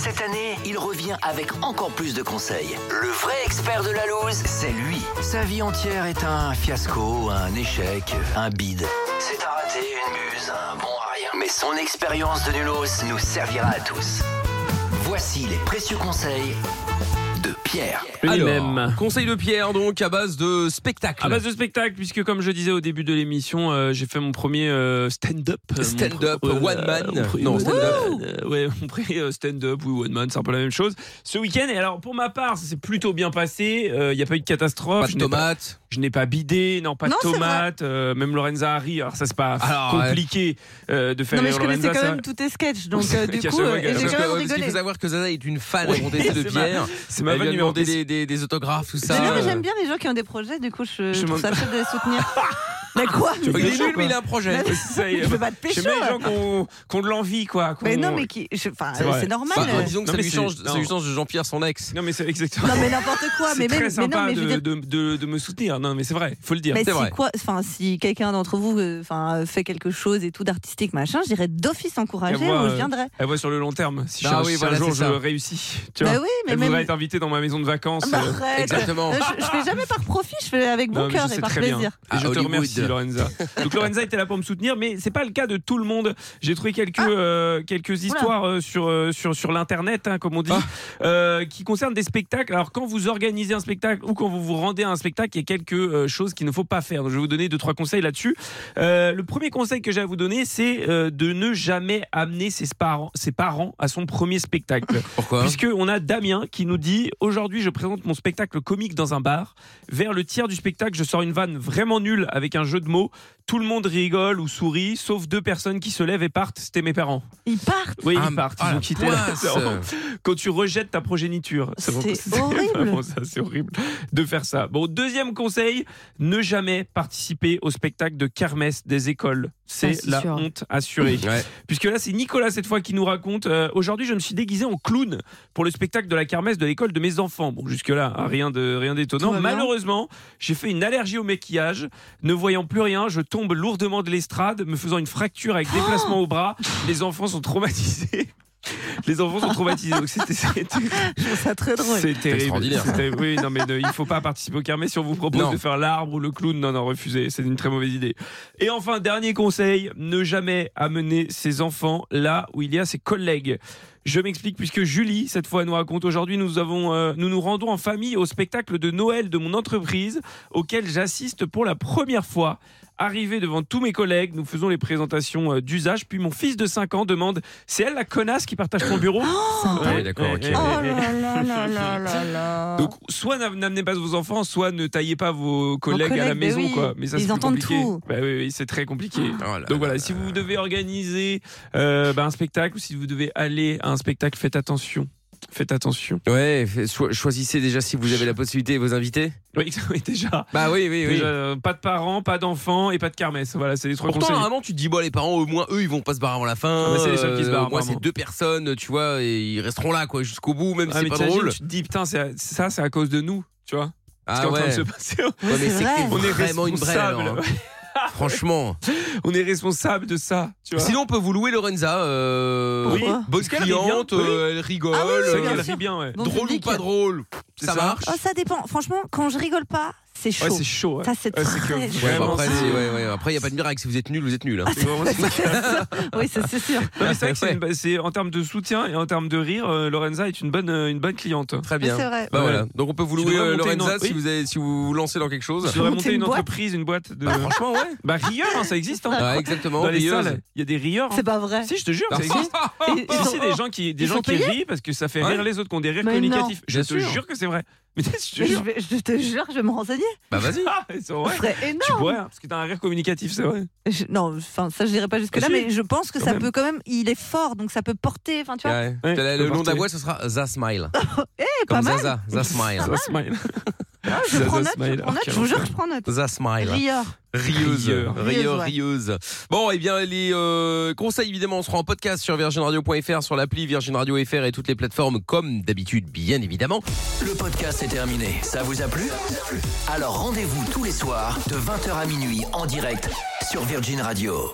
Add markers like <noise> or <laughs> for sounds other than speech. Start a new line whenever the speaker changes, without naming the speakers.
cette année, il revient avec encore plus de conseils. Le vrai expert de la loose, c'est lui. Sa vie entière est un fiasco, un échec, un bide. C'est un raté, une muse, un bon à rien. Mais son expérience de nulos nous servira à tous. Voici les précieux conseils de Pierre.
Alors,
Lui-même.
conseil de Pierre, donc, à base de spectacle.
À base de spectacle, puisque comme je disais au début de l'émission, euh, j'ai fait mon premier euh, stand-up. Euh, mon
Stand-up,
pre-
one man.
mon pre-
Non, stand-up.
Euh, ouais, mon premier euh, stand-up ou one man, c'est un peu la même chose. Ce week-end, et alors pour ma part, ça s'est plutôt bien passé. Il n'y a pas eu de catastrophe.
Pas de
Je n'ai
tomates.
Je n'ai pas bidé, non, pas
Non,
de
c'est
tomates, euh, même Lorenza Harry. Alors, ça, c'est pas
Alors, ouais.
compliqué euh, de faire
Non mais je
Lorenza.
connaissais quand
ça.
même tous tes
<laughs>
sketchs, donc
C'est
euh,
vrai
du
qu'il y a
coup,
ce
euh,
regard.
et j'ai
Parce que-
quand même
parce qu'il
rigolé.
faut savoir que Zaza est une fan
Oui,
montée de
c'est ma-
Pierre.
C'est ma
Elle lui
vanne
a
numéro
demandé
10.
des, des- des autographes, tout
Mais
ça.
non, mais j'aime bien les gens qui ont des projets, du coup,
Je
je, je trouve
m'en-
ça chouette de les
<laughs>
soutenir. mais quoi Bah,
Tu
Il
rigoles,
est
quoi.
nul, mais il a un projet.
Mais-
Ouais, c'est ça, il y
Je
a-
veux pas te
Chez
pécho. hein.
les gens qui ont, qui ont de l'envie, quoi. qui
Mais
ont-
non, mais qui, je- enfin,
C'est
euh,
vrai.
c'est normal.
Enfin,
euh.
disons que
Non,
ça
mais
lui
c'est-
change, ça
non.
lui change de Jean-Pierre, son ex.
Non, mais c'est exactement.
Non mais n'importe quoi.
C'est
Mais
très
même, mais non,
sympa
mais je veux
de,
dire,
de- de- de me soutenir. Non, mais c'est vrai, faut le dire.
Mais
c'est
si
vrai.
quoi, enfin si quelqu'un d'entre vous, euh, enfin euh, fait quelque chose et tout d'artistique machin, je dirais d'office encourager
Qu'à moi,
ou
euh,
je viendrai.
Elle voit sur le long terme. Si,
Ah
je-
oui,
si
voilà,
un jour
c'est
je
ça.
réussis, tu vois,
Bah oui, mais
elle
même.
voudrait être invitée dans ma maison de vacances.
Ah, bah,
euh,
arrête.
Exactement.
Euh, Je, je fais jamais par profit, je
<laughs>
fais avec
Non,
bon
mais
cœur
je sais
et par
très
plaisir.
bien. Ah, Et
À
je te
Hollywood.
remercie, Lorenza. Donc Lorenza était là pour me soutenir, mais c'est pas le cas de tout le monde. J'ai trouvé quelques
Ah.
euh, quelques histoires euh, sur euh, sur sur l'internet, hein, comme on dit, euh, qui concernent des spectacles. Alors quand vous organisez un spectacle ou quand vous vous rendez à un spectacle, il y a quelques euh, choses qu'il ne faut pas faire. Donc, je vais vous donner deux trois conseils là-dessus. Euh, le premier conseil que j'ai à vous donner, c'est euh, de ne jamais amener ses parents ses parents à son premier spectacle.
Pourquoi
Puisque on a Damien qui nous dit aujourd'hui je présente mon spectacle comique dans un bar. Vers le tiers du spectacle, je sors une vanne vraiment nulle avec un jeu de mots. Tout le monde rigole ou sourit, sauf deux personnes qui se lèvent et partent. C'était mes parents.
Ils partent.
Oui,
Ah,
ils partent.
ah,
Ils
la
ont quitté. la-
poisse.
Quand tu rejettes ta progéniture,
C'est
vraiment-
horrible.
vraiment ça, c'est horrible de faire ça. Bon, deuxième conseil ne jamais participer au spectacle de kermesse des écoles. C'est
Ah, c'est
la
sûr.
honte assurée.
Ouais.
Puisque là, c'est Nicolas cette fois qui nous raconte euh, Aujourd'hui, je me suis déguisé en clown pour le spectacle de la kermesse de l'école de mes enfants. Bon, jusque-là, hein, rien de rien d'étonnant.
Tout va bien.
Malheureusement, j'ai fait une allergie au maquillage. Ne voyant plus rien, je tombe lourdement de l'estrade, me faisant une fracture avec déplacement au
<gasps>
bras. Les enfants sont traumatisés. Les enfants sont traumatisés. Donc, c'était. c'était-
Je trouve ça très drôle.
c'est terrible.
extraordinaire.
C'est terrible. Oui, non, mais ne- il faut pas participer au carnet si on vous propose
Non.
de faire l'arbre ou le clown. Non, non, refusez. C'est une très mauvaise idée. Et enfin, dernier conseil ne jamais amener ses enfants là où il y a ses collègues. Je m'explique puisque Julie, cette fois, nous raconte aujourd'hui, nous, avons, euh, nous nous rendons en famille au spectacle de Noël de mon entreprise auquel j'assiste pour la première fois. Arrivé devant tous mes collègues, nous faisons les présentations euh, d'usage, puis mon fils de 5 ans demande, c'est elle la connasse qui partage ton bureau
Ah oui, d'accord, ok.
Oh là là là là là
Hein.
là.
donc, soit n'am- n'amenez pas vos enfants, soit ne taillez pas vos collègues, à la
ben
collègues,
maison,
bah oui.
quoi. Mais ça,
Ils
c'est plus
entendent
compliqué.
tout.
Bah oui, oui, c'est très compliqué.
Oh là
Donc voilà,
là
si vous devez organiser euh, bah, un spectacle ou si vous devez aller à un spectacle, faites attention. Faites attention.
Ouais, fait- cho- choisissez déjà si vous avez la possibilité de vous inviter.
Oui, <laughs> oui, déjà.
Bah oui, oui, oui.
Déjà, euh, pas de parents, pas d'enfants et pas de kermesse. Voilà, c'est les trois
Pourtant, hein,
conseils.
normalement, tu te dis, bon, les parents, au moins, eux, ils vont pas se barrer avant la fin.
Ah, bah, c'est les seuls qui se barrent,
Moi, c'est
apparemment.
deux personnes, tu vois, et ils resteront là, quoi, jusqu'au bout, même
Ah, mais
si c'est pas
t'imagines,
drôle.
tu te dis, putain, c'est à- ça, c'est à cause de nous, tu vois. Ce qui est
Ah
en train de
ouais.
se <laughs> passer.
Ouais, mais
C'est
c'est que t'es
vrai.
On est
vraiment une brêle,
responsable.
alors, hein. <laughs> Franchement.
On est responsable de ça, tu vois.
Sinon, on peut vous louer Lorenza. Euh...
Oui.
Bonne
Parce qu'elle rit bien.
cliente,
Oui.
euh, elle rigole.
Ah oui, oui,
C'est
euh,
vrai qu'elle
bien sûr.
rit bien, ouais.
Bon
drôle ou
public.
pas drôle,
C'est
ça
ça.
marche.
Oh, ça dépend. Franchement, quand je rigole pas, c'est chaud.
Ouais, c'est chaud. ouais.
Ça, c'est
Ouais, c'est que
très chaud.
Ouais, bah,
vraiment,
après,
c'est-
il n'y a pas de miracle. Si vous êtes nul, vous êtes nul. hein.
C'est vraiment-
Oui, c'est c'est sûr.
Non, mais c'est vrai que
<laughs>
c'est une ba- c'est en termes de soutien et en termes de rire, euh, Lorenza est une bonne, euh, une bonne cliente.
Très
Mais
bien.
C'est vrai.
Bah
Ouais.
voilà. Donc on peut vous
Tu
louer
devrais
euh,
monter une
Lorenza
entre-
si, vous avez- si vous vous lancez dans quelque chose.
Tu devrais
Monter
monter
une
une
boîte
entreprise, une boîte de.
Bah, franchement, ouais.
<laughs> Bah, rieur, hein, ça existe. Hein.
Ouais, exactement.
Dans les
rieuse.
salles, il y a des rieurs. hein.
C'est pas vrai.
Si, je te jure, ça existe.
Ils-
Il
ils sont-
des gens qui, des
ils
gens
sont
qui
payés
rient parce que ça fait
Ouais.
rire les autres, qui ont des rires
Mais non.
communicatifs. Je
Bien
te
sûr.
jure que c'est vrai. <laughs> Mais je te
Mais je,
jure.
vais- je te jure, je vais me renseigner.
Bah vas-y.
Ah, ils sont
Ce
vrais.
serait
Tu
énorme.
pourrais, hein, parce que t'as un rire communicatif, c'est vrai.
Je- non, enfin, ça, je dirais pas
Ah,
jusque-là,
si.
mais je pense que
Quand
ça
même.
peut quand même. Il est fort, donc ça peut porter. Enfin, tu vois,
Ouais.
Ouais,
T'as la-
faut
le nom de la
porter.
boîte, ce sera The Smile.
eh,
Comme
pas mal.
Zaza. The Smile.
Ça smile.
Ah, je
Zaza
prends note,
Smile.
je prends note. Je vous jure, je prends note.
The Smile.
Rieur.
Rieuse.
Rieur.
Rieur,
Rieuse, ouais.
rieuse. Bon, et bien, les euh, conseils, évidemment, on sera en podcast sur virginradio.fr, sur l'appli Virgin Radio FR et toutes les plateformes, comme d'habitude, bien évidemment.
Le podcast est terminé. Ça vous a plu Alors rendez-vous tous les soirs de 20h à minuit en direct sur Virgin Radio.